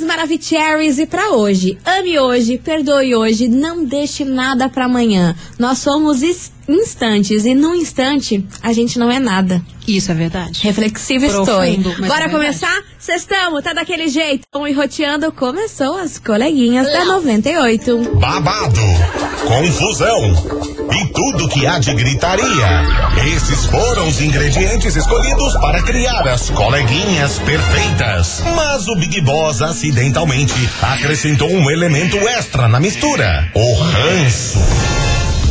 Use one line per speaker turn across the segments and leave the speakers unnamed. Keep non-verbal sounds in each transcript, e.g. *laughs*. Maravicheries e para hoje. Ame hoje, perdoe hoje, não deixe nada para amanhã. Nós somos instantes e num instante a gente não é nada.
Isso é verdade.
Reflexivo
Profundo,
estou.
mas
Bora
é
começar? Sextamos, tá daquele jeito. Bom, e roteando começou as coleguinhas da 98.
babado, confusão e tudo que há de gritaria. Esses foram os ingredientes escolhidos para criar as coleguinhas perfeitas. Mas o Big Boss acidentalmente acrescentou um elemento extra na mistura: o ranço.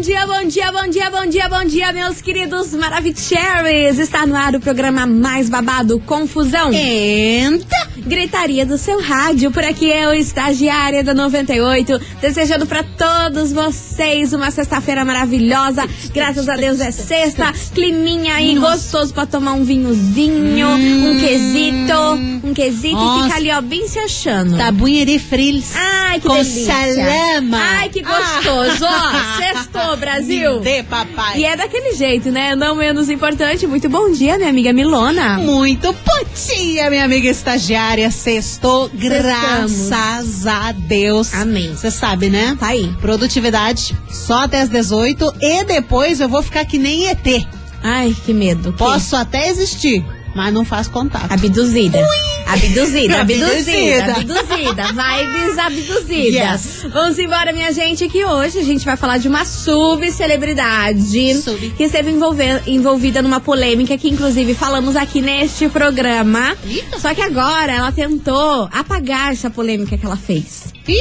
dia, bom dia, bom dia, bom dia, bom dia, meus queridos Maravicheries. Está no ar o programa mais babado,
É.
Confusão.
Eita!
Gritaria do seu rádio, por aqui eu, estagiária da 98, desejando pra todos vocês uma sexta-feira maravilhosa. Graças a Deus é sexta, climinha aí gostoso pra tomar um vinhozinho, um quesito, um quesito e
Hum. Nossa.
ficar ali ó, bem se achando.
Tabuinha tá de frills.
Ai, que
Com
delícia.
salama. Ah.
Ai, que gostoso,
*laughs*
ó. Sextou, Brasil.
Dê, papai.
E é daquele jeito, né? Não menos importante. Muito bom dia, minha amiga Milona.
Muito potinha, minha amiga estagiária. Sextou, graças a Deus.
Amém.
Você sabe, né?
Tá aí.
Produtividade só até as 18 e depois eu vou ficar que nem ET.
Ai, que medo. Que-
Posso até existir, mas não faço contato.
Abduzida. Abduzida, abduzida,
Abduzida.
abduzida. Vibes abduzidas.
Yes.
Vamos embora, minha gente, que hoje a gente vai falar de uma subcelebridade
Sub.
que esteve envolve- envolvida numa polêmica que, inclusive, falamos aqui neste programa.
Eita.
Só que agora ela tentou apagar essa polêmica que ela fez.
Ih,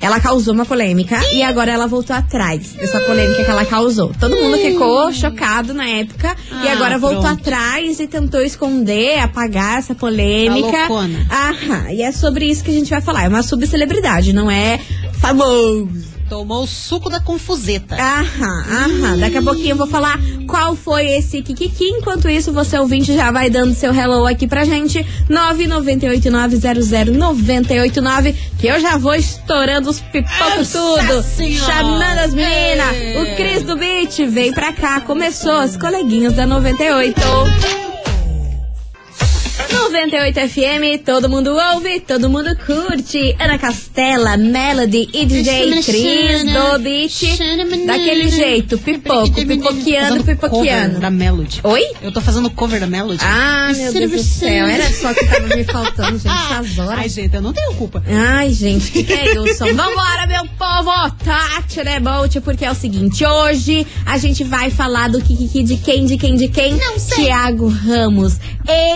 Ela causou uma polêmica e agora ela voltou atrás dessa polêmica que ela causou. Todo mundo ficou chocado na época e
Hum. Ah,
agora voltou
pronto.
atrás e tentou esconder, apagar essa polêmica.
Tá loucona.
Aham, e é sobre isso que a gente vai falar. É uma subcelebridade, não é
Tá
famoso.
Tomou o suco da confuseta.
Aham, aham. Daqui a pouquinho eu vou falar qual foi esse Kikiki. Enquanto isso, você ouvinte já vai dando seu hello aqui pra gente. 998900989. Que eu já vou estourando os pipocos
Nossa
tudo.
Senhora!
Chamando as meninas.
É.
O Cris do Beat vem pra cá. Começou as coleguinhas da 98. 98 FM, todo mundo ouve, todo mundo curte. Ana Castela, Melody e DJ
Chama,
Cris do
chama.
Beat.
Chama, menina.
Daquele jeito, pipoco, pipoqueando,
Fazendo cover né?
pipoqueando.
da Melody.
Oi?
Eu tô fazendo cover da Melody.
Ah, meu Deus do céu, era só que tava me faltando, gente, essas
Ai,
horas.
gente, eu não tenho culpa.
Ai, gente, que que é isso? Vambora, meu povo! Tati Rebolt, porque é o seguinte, hoje a gente vai falar do Kikiki de quem, de quem, de quem? Não sei. Tiago Ramos,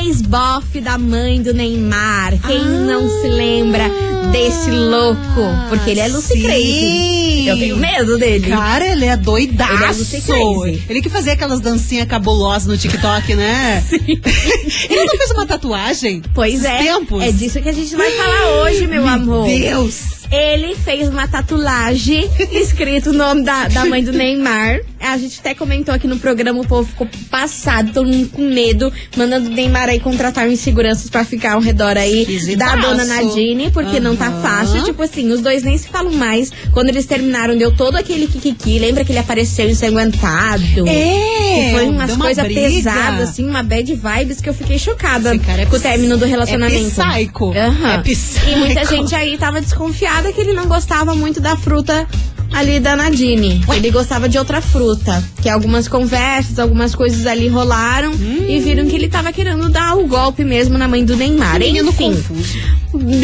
ex-bofe da mãe do Neymar. Quem não se lembra desse louco? Porque ele é Lucy
sim.
Crazy. Eu tenho medo dele.
Cara, ele é doidaço.
Ele é Lucy Crazy.
Ele que fazia aquelas dancinhas cabulosas no TikTok, né?
*laughs*
*laughs* ele não fez uma tatuagem?
Pois
Esses
é.
Tempos?
É disso que a gente vai falar hoje, meu amor.
Deus.
Ele fez uma
*laughs*
tatuagem escrito o nome da, da mãe do Neymar. A gente até comentou aqui no programa, o povo ficou passado, todo mundo com medo, mandando o Neymar aí contratar uns seguranças pra ficar ao redor aí da
Esquisitaço.
dona Nadine, porque não tá
Aham.
fácil. Tipo assim, os dois nem se falam mais. Quando eles terminaram, deu todo aquele kikiki. Lembra que ele apareceu ensanguentado?
É.
Que foi umas
deu uma
coisas
briga.
pesadas, assim, uma bad vibes que eu fiquei chocada
Esse cara é
com o término do relacionamento.
É psycho.
Aham.
É psycho.
E muita gente aí tava desconfiada que ele não gostava muito da fruta ali da Nadine. Ele gostava de outra fruta. Que algumas conversas, algumas coisas ali rolaram
Hum.
e viram que ele tava querendo dar o golpe mesmo na mãe do Neymar.
Menino
Enfim.
confuso.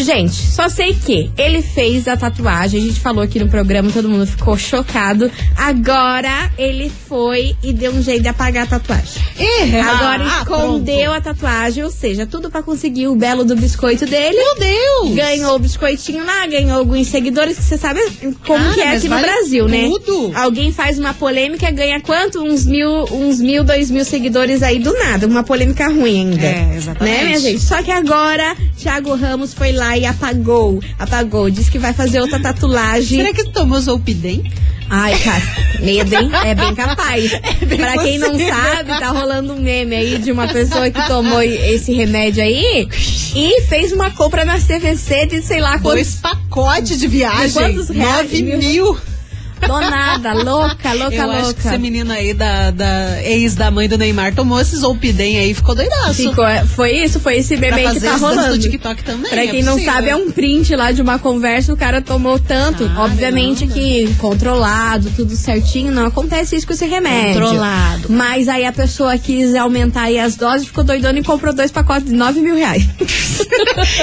Gente, só sei que ele fez a tatuagem, a gente falou aqui no programa, todo mundo ficou chocado. Agora ele foi e deu um jeito de apagar a tatuagem.
Ih,
Agora
ah,
escondeu a tatuagem, ou seja, tudo pra conseguir o belo do biscoito dele.
pronto. Meu Deus.
Ganhou o biscoitinho lá, ganhou alguns seguidores, que você sabe como
Cara,
que é
mas
aqui no
vale
Brasil, né?
tudo.
Alguém faz uma polêmica, ganha quanto? Uns mil, uns mil, dois mil seguidores aí do nada. Uma polêmica ruim ainda.
É, exatamente.
Né, minha gente? Só que agora, Thiago Ramos foi lá e apagou. Apagou. Diz que vai fazer outra tatuagem.
Será que tomou Zolpidem?
Ai, cara, medo, hein? É bem
*laughs*
capaz. pra quem não
É possível.
sabe, tá rolando um meme aí de uma pessoa que tomou esse remédio aí e fez uma compra na CVC de sei lá quantos.
Dois pacotes de viagem.
Quantos reais?
Nove mil.
Do nada, louca, louca,
Eu
louca.
acho que essa menina aí, da, da ex da mãe do Neymar, tomou esses Zolpidem aí e ficou doidaço.
Ficou, é, foi isso, foi esse
pra
bebê aí que
fazer
tá
esse dança
rolando.
do TikTok também.
Pra
é
quem não
possível.
sabe, é um print lá de uma conversa, o cara tomou tanto.
Caramba.
Obviamente que controlado, tudo certinho, não acontece isso com esse remédio.
Controlado.
Mas aí a pessoa quis aumentar aí as doses, ficou doidona e comprou dois pacotes de 9 mil reais.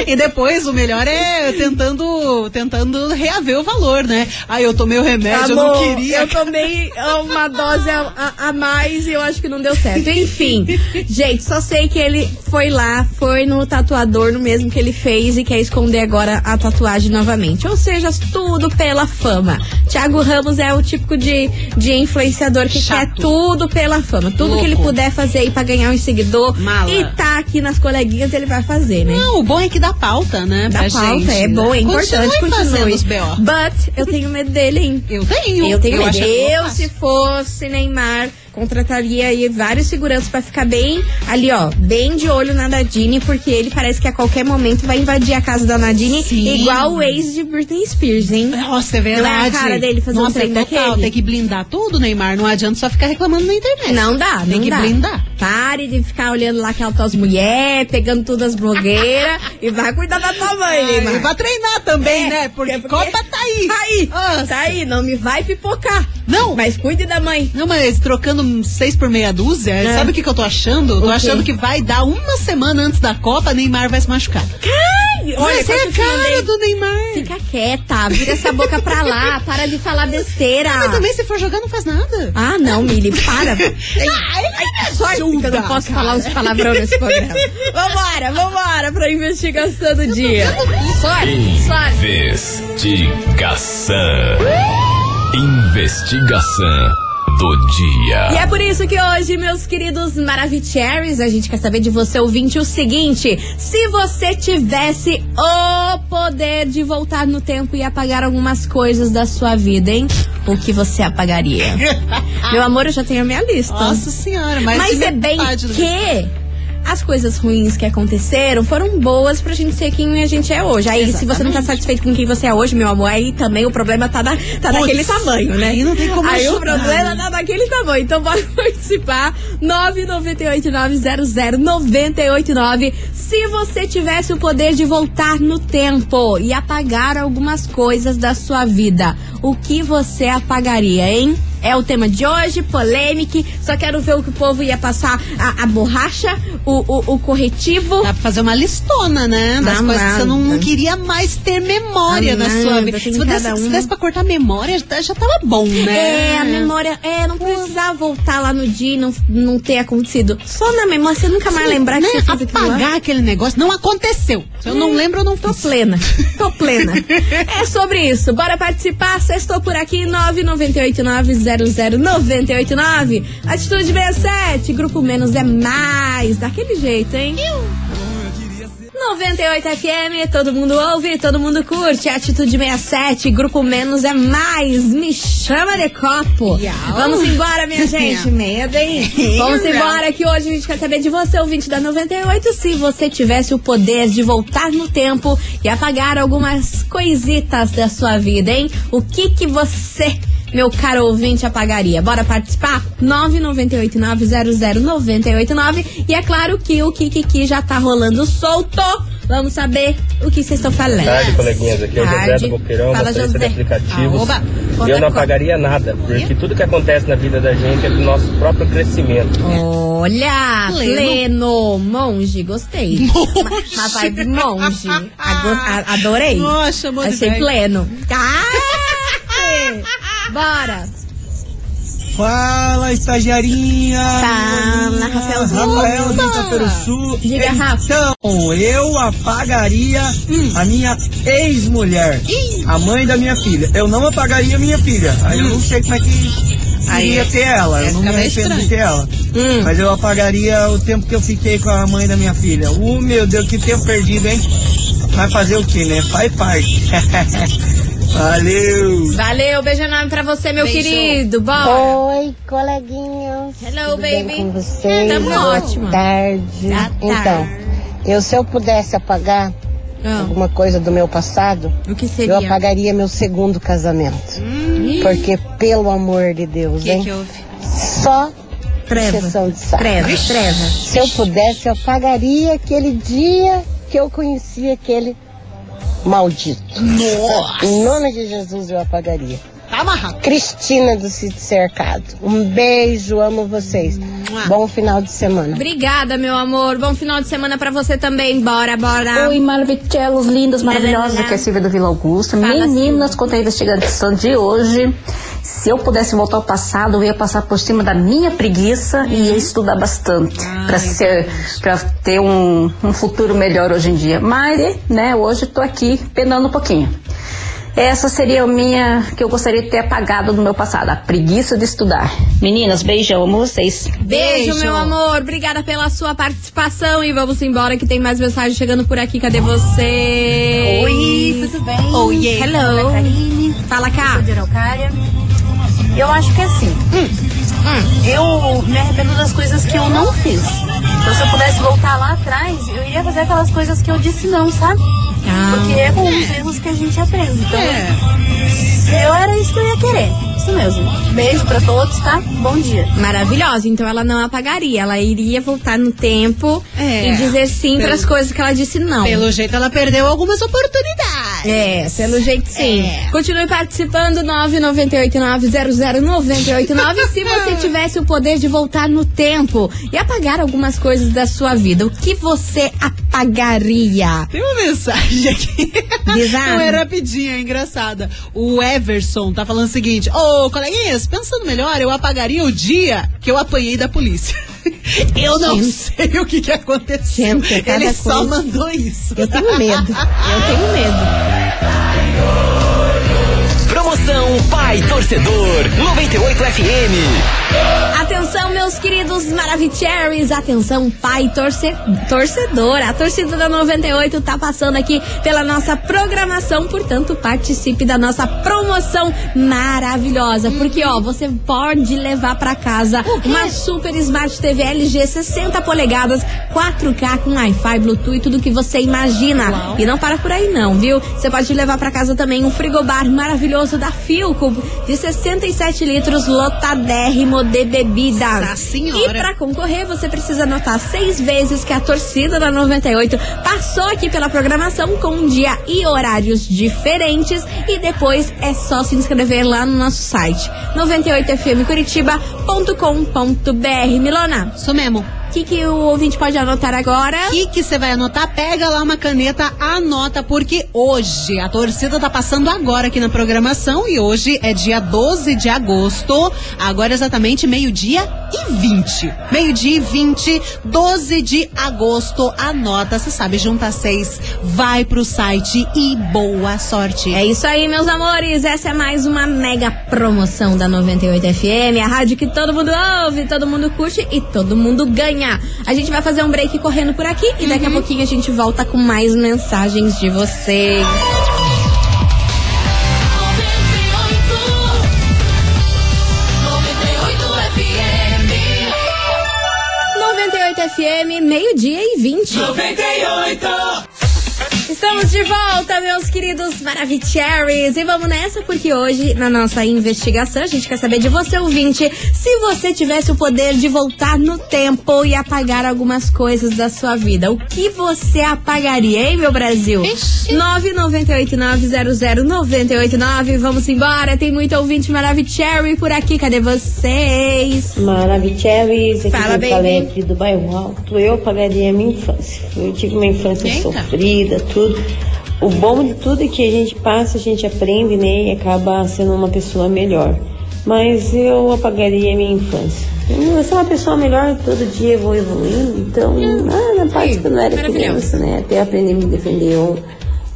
E depois o melhor é tentando, tentando reaver o valor, né? Ah, eu tomei o remédio, eu não
Amor,
queria.
Tá eu tomei uma dose a, a- a mais e eu acho que não deu certo. Enfim, gente, só sei que ele foi lá, foi no tatuador, no mesmo que ele fez e quer esconder agora a tatuagem novamente. Ou seja, tudo pela fama. Thiago Ramos é o típico de, de influenciador que
Chato.
quer tudo pela fama. Tudo
Louco.
que ele puder fazer aí pra ganhar um seguidor
Mala.
e tá aqui nas coleguinhas, ele vai fazer, né?
Não, o bom é que dá pauta, né?
Da
pra
pauta,
gente,
é
né?
bom, é importante,
Continue fazendo
continue.
os B.O.
But eu tenho medo dele, hein?
Eu tenho.
Eu tenho medo.
acho- é
Eu, se fosse Neymar, contrataria aí vários seguranças pra ficar bem ali, ó, bem de olho na Nadine, porque ele parece que a qualquer momento vai invadir a casa da Nadine,
Sim.
igual o ex de Britney Spears, hein?
Nossa, é
é a
verdade.
cara dele fazer um
Nossa,
trem
é total,
daquele?
Tem que blindar tudo, Neymar. Não adianta só ficar reclamando na internet.
Não dá, não
É. Tem que
dá.
blindar.
Pare de ficar olhando lá aquela tuas mulheres, pegando todas as blogueiras *laughs* e vai cuidar da tua mãe,
Ai,
Neymar.
vai treinar também,
É,
né? Porque,
porque-
Copa tá aí.
Tá aí,
Nossa.
tá aí, não me vai pipocar.
Não.
Mas cuide da mãe.
Não, mas trocando seis por meia dúzia,
É.
sabe o que, que eu tô achando? Eu
O
Tô
quê?
achando que vai dar uma semana antes da Copa, Neymar vai se machucar.
Ai, olha,
Mas é
quanto
a
que eu
cara
mandei.
do Neymar.
Fica quieta, vira essa boca pra lá, para de falar besteira.
Mas também se for jogar, não faz nada.
Ah, não, Mili, para. *laughs* Só isso que eu não posso falar os palavrão *laughs* nesse programa. Vambora, vambora pra investigação do dia. Sorte, sorte.
Investigação. Investigação do
E
dia.
é por isso que hoje, meus queridos Maravicheries, a gente quer saber de você, ouvinte, o seguinte: se você tivesse o poder de voltar no tempo e apagar algumas coisas da sua vida, hein? O que você
*laughs*
apagaria? Meu amor, eu já tenho a minha lista.
Nossa senhora, mas,
Mas
de
é bem
metade do-
que as coisas ruins que aconteceram foram boas pra gente ser quem a gente é hoje. Aí, se você não tá satisfeito com quem você é hoje, meu amor, aí também o problema tá, da, tá
Putz,
daquele tamanho, né?
aí não tem como
Aí o
ajudar,
problema
né?
tá daquele tamanho. Então, bora *laughs* participar. 998900989. Se você tivesse o poder de voltar no tempo e apagar algumas coisas da sua vida, o que você apagaria, hein? É o tema de hoje, polêmica. Só quero ver o que o povo ia passar a, a borracha, o, o, o corretivo.
Dá pra fazer uma listona, né? Das
Amada.
coisas que você não queria mais ter memória
Amada,
na sua vida.
tem
Se pudesse,
assim, cada
se
uma.
desse pra cortar a memória, já, já tava bom, né?
É, a memória. É, não precisar voltar lá no dia e não, não ter acontecido. Só na memória, você nunca mais lembrar que
né?
você fez aquilo lá. Hum.
Apagar aquele negócio não aconteceu. Se eu não lembro, eu não
Tô
faço.
plena, tô plena. é sobre isso. Bora participar. Sextou por aqui, 998900989. Atitude 67, grupo menos é mais. Daquele jeito, hein? 98 FM, todo mundo ouve, todo mundo curte. Atitude 67, grupo menos é mais. Me chama de copo.
Iau.
Vamos embora, minha gente. Medo, hein? Vamos embora é que hoje a gente quer saber de você, ouvinte da 98, se você tivesse o poder de voltar no tempo e apagar algumas coisitas da sua vida, hein? O que que você, meu caro ouvinte, apagaria? Bora participar? 998900989 e é claro que o Kikiki já tá rolando solto. Vamos saber o que vocês estão falando.
Boa tarde, coleguinhas. Aqui é o José
Tarde.
do Boqueirão,
Fala,
motorista de
José.
aplicativos.
Ah, oba.
E eu
Conta
não
qual.
apagaria nada, porque tudo que acontece na vida da gente é do nosso próprio crescimento.
Olha,
Pleno.
pleno, monge, gostei. Uma, uma vibe monge. Ago- a- adorei.
Ó, chamou de
Achei
velho.
pleno. Ai! Bora!
Fala, estagiarinha!
Tá,
Fala, Rafael Zuba.
Rafael de Itaperuçu.
Diga, Rafa.
Então, eu apagaria a minha ex-mulher, a mãe da minha filha. Eu não apagaria a minha filha. Aí eu não sei como é que
Aí
ia ter ela.
ia
Eu não me
ficar meio
arrependo de
estranho.
ter ela.
Hum.
Mas eu apagaria o tempo que eu fiquei com a mãe da minha filha. Uh, meu Deus, que tempo perdido, hein? Vai fazer o que, né? Faz parte. *laughs* Valeu!
Valeu, beijo enorme pra você, meu
Beijo.
querido. Bora.
Oi, coleguinhas.
Hello,
Tudo bem
baby.
com vocês?
Tamo
Boa
ótima. tá.
Tarde.
Boa
Então,
tarde.
eu se eu pudesse apagar
Ah,
alguma coisa do meu passado,
o que
eu
seria? Hum.
apagaria meu segundo casamento.
Ih,
Porque, pelo amor de Deus,
que,
hein?
que houve?
Só
é Treva.
sessão de saco.
Treva, treva.
Se eu pudesse, eu apagaria aquele dia que eu conheci aquele maldito. Nossa! Em nome de Jesus, eu apagaria.
Tá amarrado.
Cristina do Sítio Cercado. Um beijo, amo vocês. Bom final de semana.
Obrigada, meu amor. Bom final de semana pra você também. Bora, bora.
Oi, Maravichelos, lindas, maravilhosas, aqui é a Silvia do Vila Augusta.
Fala,
Meninas, quanto à investigação de hoje, se eu pudesse voltar ao passado, eu ia passar por cima da minha preguiça e ia estudar bastante para ser, para ter um, um futuro melhor hoje em dia. Mas, né, hoje tô aqui penando um pouquinho. Essa seria a minha que eu gostaria de ter apagado do meu passado, a preguiça de estudar. Meninas, beijão, amo vocês.
Beijo,
Beijo.
meu amor. Obrigada pela sua participação. E vamos embora que tem mais mensagem chegando por aqui. Cadê você? Oi, tudo bem? Oi, hello. Fala, cá.
Eu acho que é assim. Eu me arrependo das coisas que eu não fiz. Então, se eu pudesse voltar lá atrás, eu iria fazer é aquelas coisas que eu disse não, sabe? Porque é com os erros que a gente aprende. Então,
É.
eu era isso que eu ia querer. Isso mesmo. Beijo pra todos, tá? Bom dia.
Maravilhosa, então ela não apagaria, ela iria voltar no tempo
É.
e dizer sim para as coisas que ela disse não.
Pelo jeito, ela perdeu algumas oportunidades.
É, pelo jeito sim.
É.
Continue participando, 998900989. se
*laughs*
você tivesse o poder de voltar no tempo e apagar algumas coisas da sua vida, o que você apagaria?
Tem uma mensagem aqui.
Bizarro.
Não é rapidinha, é engraçada. O Everson tá falando o seguinte: Ô, coleguinhas, pensando melhor, eu apagaria o dia que eu apanhei da polícia. *laughs* Eu não sei o que, que aconteceu.
Gente, é cada
Ele só
coisa.
mandou isso.
Eu tenho medo. Eu tenho medo.
Promoção Pai Torcedor 98 FM.
Atenção, meus queridos Maravicheries. Atenção, pai torce... torcedor. A torcida da 98 tá passando aqui pela nossa programação. Portanto, participe da nossa promoção maravilhosa. Porque, ó, você pode levar pra casa uma super Smart TV LG 60 polegadas, 4K com Wi-Fi, Bluetooth, tudo que você imagina. E não para por aí não, viu? Você pode levar pra casa também um frigobar maravilhoso da Philco de 67 litros lotadérrimo de
Nossa
bebidas.
senhora.
E pra concorrer, você precisa anotar seis vezes que a torcida da 98 passou aqui pela programação com um dia e horários diferentes e depois é só se inscrever lá no nosso site 98fmcuritiba.com.br Milona,
Isso mesmo.
o que, que o ouvinte pode anotar agora?
O que que você vai anotar? Pega lá uma caneta, anota, porque hoje a torcida tá passando agora aqui na programação e hoje é dia 12 de agosto, agora é exatamente meio-dia e 20. Meio-dia e 20, 12 de agosto, anota, você sabe, junta seis, vai pro site e boa sorte.
É isso aí, meus amores. Essa é mais uma mega promoção da 98 FM, a rádio que todo mundo ouve, todo mundo curte e todo mundo ganha. A gente vai fazer um break correndo por aqui e daqui a pouquinho a gente volta com mais mensagens de vocês. FM, meio-dia e 20. Estamos de volta, meus queridos Maravicheries. E vamos nessa, porque hoje, na nossa investigação, a gente quer saber de você, ouvinte, se você tivesse o poder de voltar no tempo e apagar algumas coisas da sua vida, o que você apagaria, hein, meu Brasil? 998900989. Vamos embora, tem muito ouvinte Maravicherry por aqui. Cadê vocês?
Maravicheris,
Fala,
aqui
baby.
do Caleb do bairro Alto. Eu pagaria a minha infância. Eu tive uma infância
Eita.
sofrida, tudo. O bom de tudo é que a gente passa, a gente aprende, né? E acaba sendo uma pessoa melhor. Mas eu apagaria a minha infância. Eu sou uma pessoa melhor, todo dia eu vou evoluindo. Então, ah, na parte que eu não era criança, né? Até aprender a me defender, eu,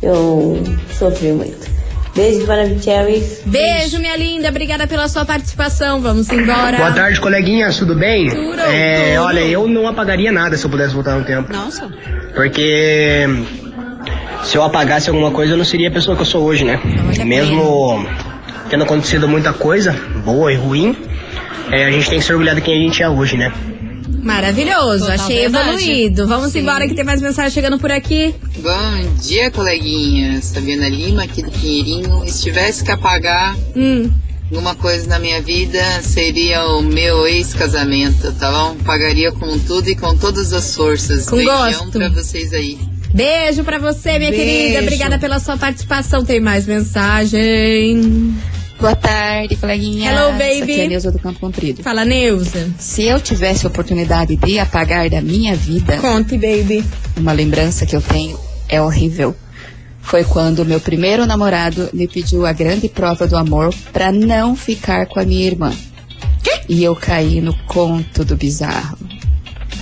eu sofri muito. Beijo, Maravicheris.
Beijo, minha linda. Obrigada pela sua participação. Vamos embora.
Boa tarde, coleguinhas, tudo bem?
Tudo,
é,
tudo.
olha, eu não apagaria nada se eu pudesse voltar no tempo.
Nossa.
Porque se eu apagasse alguma coisa, eu não seria a pessoa que eu sou hoje, né? Mesmo tendo acontecido muita coisa, boa e ruim, é, a gente tem que se orgulhar de quem a gente é hoje, né?
Maravilhoso,
Total
achei
verdade.
evoluído. Vamos embora que tem mais mensagem chegando por aqui.
Bom dia, coleguinha. Sabrina Lima, aqui do Pinheirinho. Se tivesse que apagar
Hum.
alguma coisa na minha vida, seria o meu ex-casamento, tá bom? Pagaria com tudo e com todas as forças.
Com
Beijão
gosto.
pra vocês aí.
Beijo pra você, minha
Beijo.
querida. Obrigada pela sua participação. Tem mais mensagem.
Boa tarde, coleguinha.
Hello,
Aqui é a
baby.
Neuza do Campo Comprido.
Fala, Neuza.
Se eu tivesse a oportunidade de apagar da minha vida.
Conte, baby.
Uma lembrança que eu tenho é horrível. Foi quando meu primeiro namorado me pediu a grande prova do amor pra não ficar com a minha irmã. E eu caí no conto do bizarro.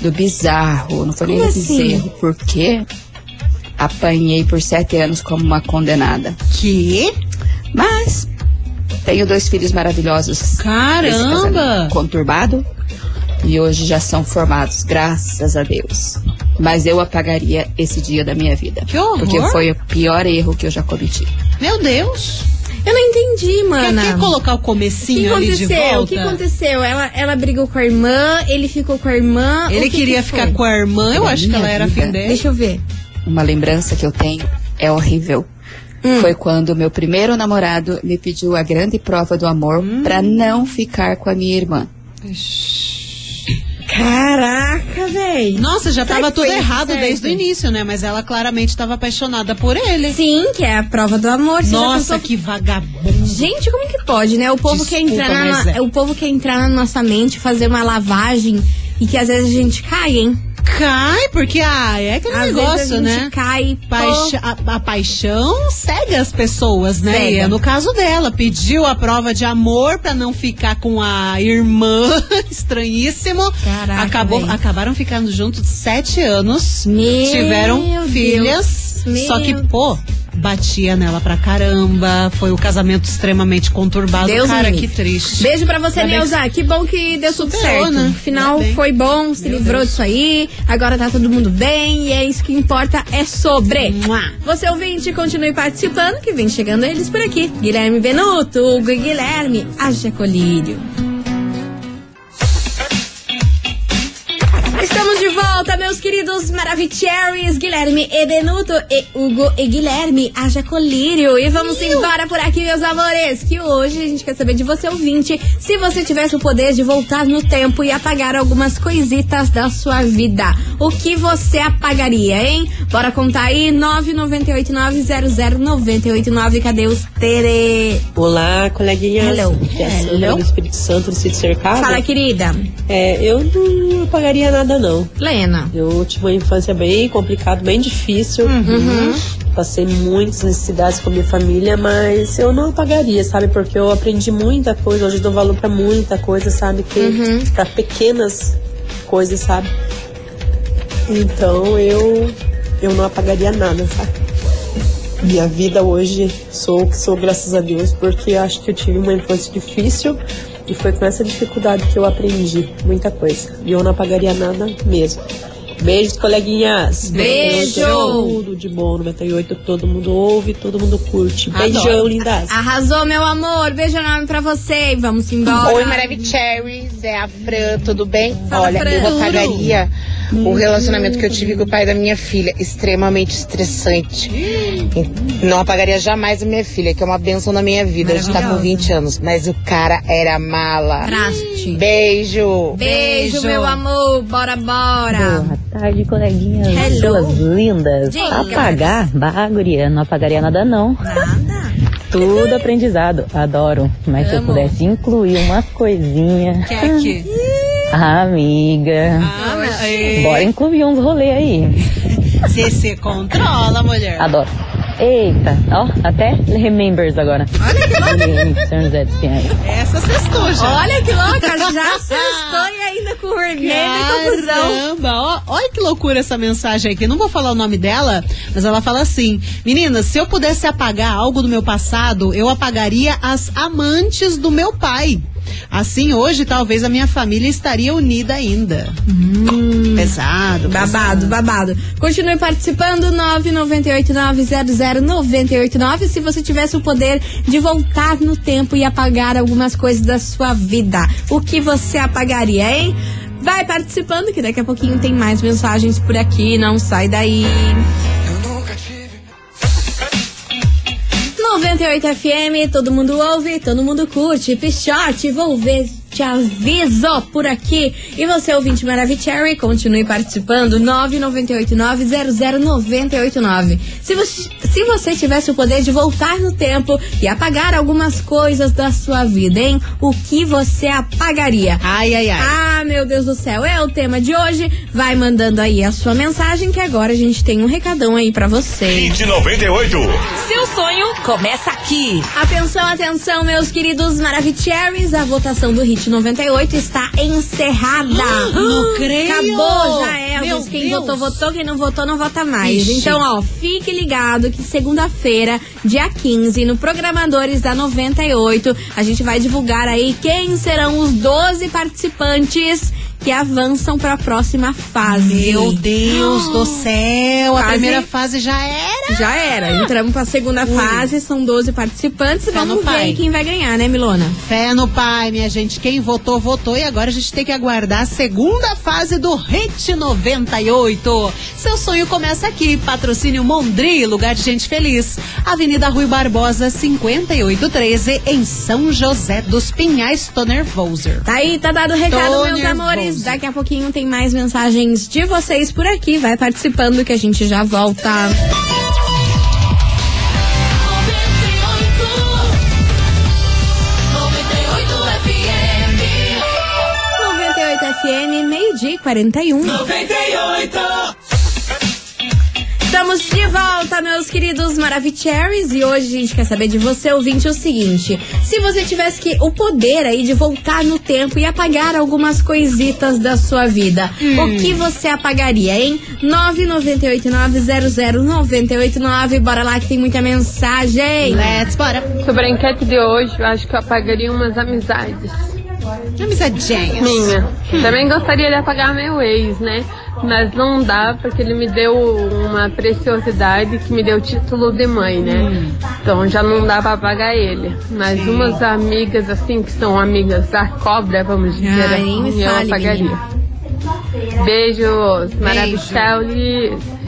Do bizarro, não foi nem
Como
do
assim?
bezerro. Por quê? Apanhei por sete anos como uma condenada.
Que?
Mas tenho dois filhos maravilhosos. desse
Caramba!
casamento Conturbado. E hoje já são formados, graças a Deus. Mas eu apagaria esse dia da minha vida.
Que horror!
Porque foi o pior erro que eu já cometi.
Meu Deus!
Eu não entendi, mana.
Quer, quer colocar o
O que
comecinho ali de
aconteceu?
volta?
O que aconteceu? Ela, ela brigou com a irmã, ele ficou com a irmã.
Ele
o que
queria
que foi? é
ficar com a irmã, eu acho que ela era afim dele.
Deixa eu ver.
Uma lembrança que eu tenho é horrível.
Hum.
Foi quando meu primeiro namorado me pediu a grande prova do amor
Hum.
pra não ficar com a minha irmã.
Caraca, véi.
Nossa, já
Será
tava
que
tudo
foi
errado
certo?
desde o início, né? Mas ela claramente tava apaixonada por ele.
Sim, que é a prova do amor. Você já
Nossa,
pensou-
que vagabundo.
Gente, como que pode, né? O povo quer
Desculpa,
entrar na,
mas é.
o povo quer entrar na nossa mente, fazer uma lavagem e que às vezes a gente cai, hein?
Cai, porque ah, é aquele
Às vezes
negócio,
a gente
né?
Cai,
Paixão- a, a paixão cega as pessoas, né?
Cega.
E é no caso dela, pediu a prova de amor pra não ficar com a irmã, *laughs* estranhíssimo.
Caraca,
Acabou,
véi.
acabaram ficando juntos sete anos, tiveram
Deus.
filhas,
Meu
só que pô, batia nela pra caramba, foi o casamento extremamente conturbado.
Deus
Cara,
me
que
livre.
triste.
Beijo pra você,
Ainda bem que
Neuza. Que bom que deu tudo
Superou,
certo.
né?
No final
Ainda bem.
foi bom, se livrou disso aí. Agora tá todo mundo bem e é isso que importa, é sobre. Você ouvinte, continue participando, que vem chegando eles por aqui. Guilherme Benuto, Hugo e Guilherme, haja colírio. Estamos de volta, meus queridos Maravicheries, Guilherme e Benuto, e Hugo e Guilherme, haja colírio. E vamos embora por aqui, meus amores, que hoje a gente quer saber de você, ouvinte, se você tivesse o poder de voltar no tempo e apagar algumas coisitas da sua vida, o que você apagaria, hein? Bora contar aí, 998900989, cadê os Tere?
Olá, coleguinhas.
Hello.
Que é a Sandra
Hello.
do Espírito Santo, do Sítio Cercado.
Fala, querida.
É, eu não apagaria nada, não.
Lena.
Eu tive uma infância bem complicada, bem difícil. Passei muitas necessidades com a minha família, mas eu não apagaria, sabe? Porque eu aprendi muita coisa, hoje eu dou valor pra muita coisa, sabe? Que, Pra pequenas coisas, sabe? Então eu, eu não apagaria nada, sabe? Minha vida hoje sou o que sou, graças a Deus, porque acho que eu tive uma infância difícil e foi com essa dificuldade que eu aprendi muita coisa. E eu não apagaria nada mesmo. Beijos, coleguinhas.
Beijo!
Tudo de bom, 98, todo mundo ouve, todo mundo curte. Beijão,
Adoro.
lindas.
Arrasou, meu amor. Beijo enorme pra você e vamos embora.
Oi, Maravicheries, é a Fran, tudo bem?
Fala,
Olha,
Fran.
eu apagaria o relacionamento que eu tive com o pai da minha filha, extremamente estressante. E Não apagaria jamais a minha filha, que é uma benção na minha vida. A gente tá com
Maravilhosa.
20 anos, mas o cara era mala.
Traste.
Beijo.
Beijo, meu amor. Bora, bora.
Boa tarde, coleguinhas.
Hello.
Suas lindas.
Diga.
Apagar? Bah, guria, não apagaria nada, não. Nada. Tudo aprendizado. Adoro. Mas é, se eu
Amo.
pudesse incluir uma coisinha. Amiga.
Ah,
Bora incluir uns rolê aí.
Você se controla, mulher.
Adoro. Eita, ó, até remembers agora. Olha que São José dos Pinhais.
Essa sextou já.
Olha que louca, já *laughs* sextou e ainda com vermelho e confusão.
Caramba, ó, olha que loucura essa mensagem aqui. Não vou falar o nome dela, mas ela fala assim: Meninas, se eu pudesse apagar algo do meu passado, eu apagaria as amantes do meu pai. Assim, hoje, talvez a minha família estaria unida ainda.
Hum.
Pesado,
Babado, babado. Continue participando, 998900989. Se você tivesse o poder de voltar no tempo e apagar algumas coisas da sua vida, o que você apagaria, hein? Vai participando, que daqui a pouquinho tem mais mensagens por aqui. Não sai daí. 98 FM, todo mundo ouve, todo mundo curte. Pichote, vou ver, te aviso por aqui. E você, ouvinte Maravicherry, continue participando. 998900989. Se você, se você tivesse o poder de voltar no tempo e apagar algumas coisas da sua vida, hein? O que você apagaria?
Ai, ai, ai.
Ah, meu Deus do céu, é o tema de hoje. Vai mandando aí a sua mensagem que agora a gente tem um recadão aí pra você.
Hit 98.
Seu sonho começa aqui. Atenção, atenção, meus queridos Maravicheries. A votação do Hit 98 está encerrada.
*gasps* não creio.
Acabou, já é.
Meu
Mas quem
Deus.
votou, votou. Quem não votou, não vota mais.
Ixi.
Então, ó, fique ligado que segunda-feira, dia 15, no Programadores da 98, a gente vai divulgar aí quem serão os 12 participantes que avançam para a próxima fase.
Meu Deus do céu, a
Quase-
primeira fase já era.
Já era. Entramos pra segunda fase, são 12 participantes.
Tá no
Vamos
pai.
ver quem vai ganhar, né, Milona?
Fé no pai, minha gente. Quem votou, votou. E agora a gente tem que aguardar a segunda fase do Hit 98. Seu sonho começa aqui. Patrocínio Mondri, lugar de gente feliz. Avenida Rui Barbosa, 5813, em São José dos Pinhais. Tô nervoso.
Tá aí, tá dado o recado,
Tô
meus
nervoso.
amores. Daqui a pouquinho tem mais mensagens de vocês por aqui. Vai participando que a gente já volta. FM, meio-dia e 41.
98.
Estamos de volta, meus queridos Maravicheries. E hoje a gente quer saber de você, ouvinte, o seguinte: se você tivesse que, o poder aí de voltar no tempo e apagar algumas coisitas da sua vida, o que você apagaria, hein? 998900989. Bora lá que tem muita mensagem.
Let's bora.
Sobre a enquete de hoje, eu acho que eu apagaria umas amizades.
Amizadinhas.
Minha. Também gostaria de apagar meu ex, né? Mas não dá, porque ele me deu uma preciosidade que me deu o título de mãe, né? Então já não dá pra apagar ele. Mas
Sim.
umas amigas, assim, que são amigas da cobra, vamos dizer
Ai,
assim,
nem me
eu
fale,
apagaria.
menina.
Beijos, maravilhosos.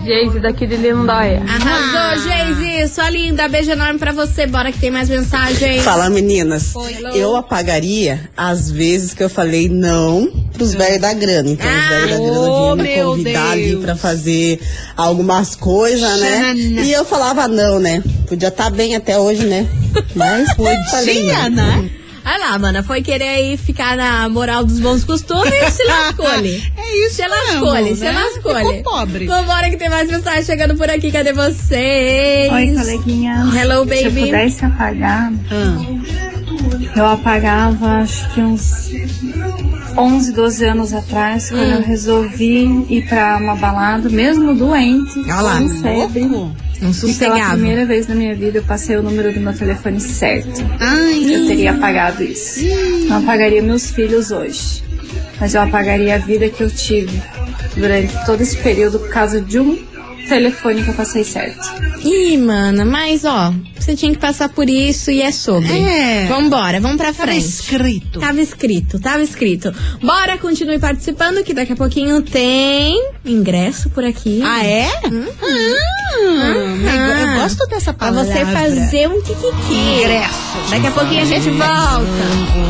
Geise daqui de Lindóia.
Arrasou, Geise, sua linda. Beijo enorme pra você. Bora que tem mais mensagens.
Fala, meninas.
Oi. Ah,
Eu apagaria as vezes que eu falei não pros velhos da grana. Então, os velhos da
oh,
grana vinham
meu
me convidar
Deus.
ali pra fazer algumas coisas, né?
Xana.
E eu falava não, né? Podia estar bem até hoje, né?
*laughs*
Mas falei não.
né?
Olha lá, mana, foi querer aí ficar na moral dos bons costumes e se lascolhe.
*laughs* É isso,
Se lascolhe,
mesmo,
se
né?
lascolhe.
Ficou pobre.
Vambora que tem mais mensagem chegando por aqui, cadê vocês?
Oi, coleguinha.
Hello, baby.
Se eu pudesse apagar,
Ah.
eu apagava acho que uns 11, 12 anos atrás, quando
Hum.
eu resolvi ir pra uma balada, mesmo doente,
Olha lá,
com febre.
Tá
Não
E pela
sossegava.
primeira vez na minha vida eu passei o número do meu telefone certo. eu teria apagado isso. Não apagaria meus filhos hoje. Mas eu apagaria a vida que eu tive durante todo esse período por causa de um telefone que eu passei certo.
Ih, mana, mas ó, você tinha que passar por isso e é sobre.
É.
Vambora, vamos pra
Tava
frente. Tá escrito. Tava escrito, tava escrito. Bora, continue participando que daqui a pouquinho tem ingresso por aqui. Uhum.
Ah, é?
Aham.
Hum, eu gosto dessa
Ah. Pra
palavra.
você fazer um kikiki.
Ingresso.
Daqui a pouquinho a gente volta.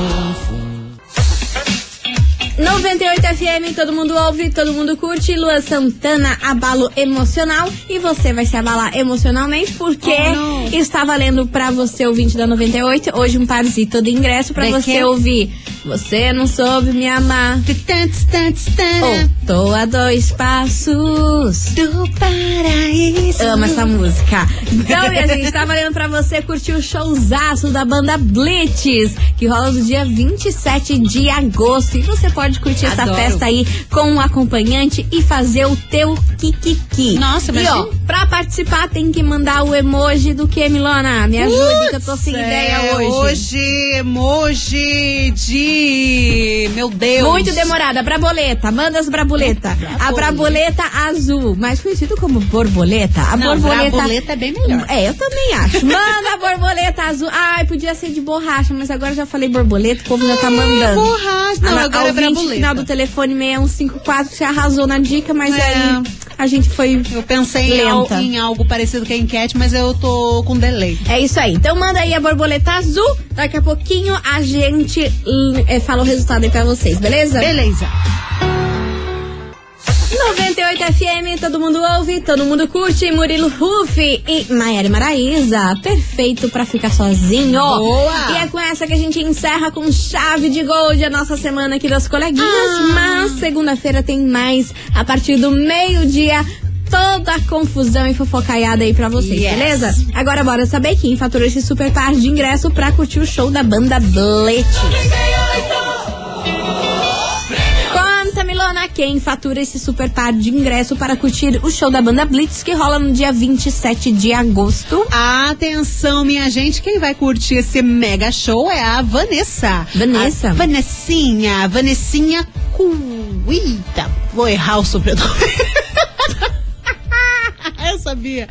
98 FM, todo mundo ouve, todo mundo curte. Lua Santana, abalo emocional. E você vai se abalar emocionalmente porque
Oh,
está valendo pra você, ouvinte da 98, hoje um parzito de ingresso pra
De
você
quê?
ouvir Você não soube me amar.
É.
Oh, tô a dois passos do paraíso. Amo essa música. Então, minha gente, tá valendo pra você curtir o showzaço da banda Blitz, que rola no dia 27 de agosto. E você pode curtir essa
Adoro.
festa aí com um acompanhante e fazer o teu kikiki.
Nossa,
E ó,
imagina.
pra participar tem que mandar o emoji do que, Milona? Me ajuda que eu tô sem
Putz,
ideia
é,
hoje.
Hoje, emoji de. Meu Deus.
Muito demorada. Braboleta. Manda as braboleta. A braboleta azul, mais conhecido como borboleta. A
Não,
borboleta.
braboleta é bem melhor.
É, eu também
*laughs*
acho. Manda a borboleta azul. Ai, podia ser de borracha, mas agora já falei borboleta, o povo já tá mandando.
é borracha. Não,
A-
agora
a
é
ouvinte
braboleta.
final do telefone 6154, você arrasou na dica, mas
É.
aí a gente foi.
Eu pensei em, al-
lenta.
em algo parecido com a enquete, mas eu tô com delay.
É isso aí. Então manda aí a borboleta azul. Daqui a pouquinho a gente hum, eh, fala o resultado aí pra vocês, beleza?
Beleza.
98 FM, todo mundo ouve, todo mundo curte. Murilo Rufi e Maiara e Maraíza. Perfeito pra ficar sozinho.
Boa!
E é com essa que a gente encerra com chave de gold a nossa semana aqui das coleguinhas. Mas segunda-feira tem mais a partir do meio-dia. Toda a confusão e fofocaiada aí pra vocês,
Yes.
beleza? Agora bora saber quem faturou esse super par de ingresso pra curtir o show da banda Blitz. Conta, Milona, quem fatura esse super par de ingresso para curtir o show da banda Blitz que rola no dia 27 de agosto.
Atenção, minha gente, quem vai curtir esse mega show é a Vanessa.
Vanessa?
A Vanessinha, Vanessinha Cuita. Vou errar o sobrenome. *laughs* eu sabia.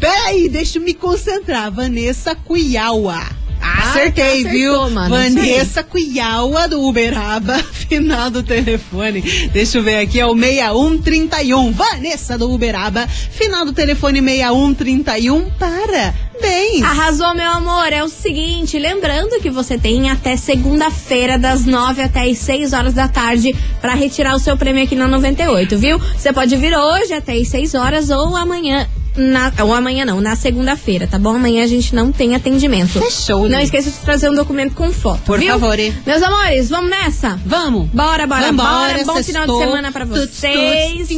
Peraí, deixa eu me concentrar. Vanessa Cuiaua. Acertei,
tá, acertou,
viu?
mano.
Vanessa Cuiaua do Uberaba, *laughs* final do telefone. Deixa eu ver aqui, é o 6131. Vanessa do Uberaba, final do telefone 6131. Para! Bem!
Arrasou, meu amor. É o seguinte, lembrando que você tem até segunda-feira, das 9 até as 6 horas da tarde, pra retirar o seu prêmio aqui na 98, viu? Você pode vir hoje até as 6 horas ou amanhã. Na, ou amanhã não, na segunda-feira, tá bom? Amanhã a gente não tem atendimento.
Fechou,
Não
né?
esqueça de trazer um documento com foto.
Por
viu?
favor, hein?
Meus amores, vamos nessa?
Vamos!
Bora, bora,
Vambora,
bora. Bom final de
sextou.
semana pra
Tuts, tuts.
vocês. Ah,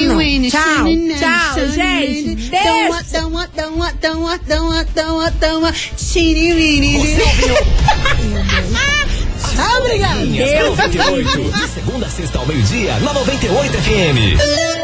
não. Tchau, tchau, gente. Terça.
Tchau, obrigada. *laughs* Ah, *laughs*
Coleguinhas da 98. De segunda a sexta ao meio-dia, na 98 FM.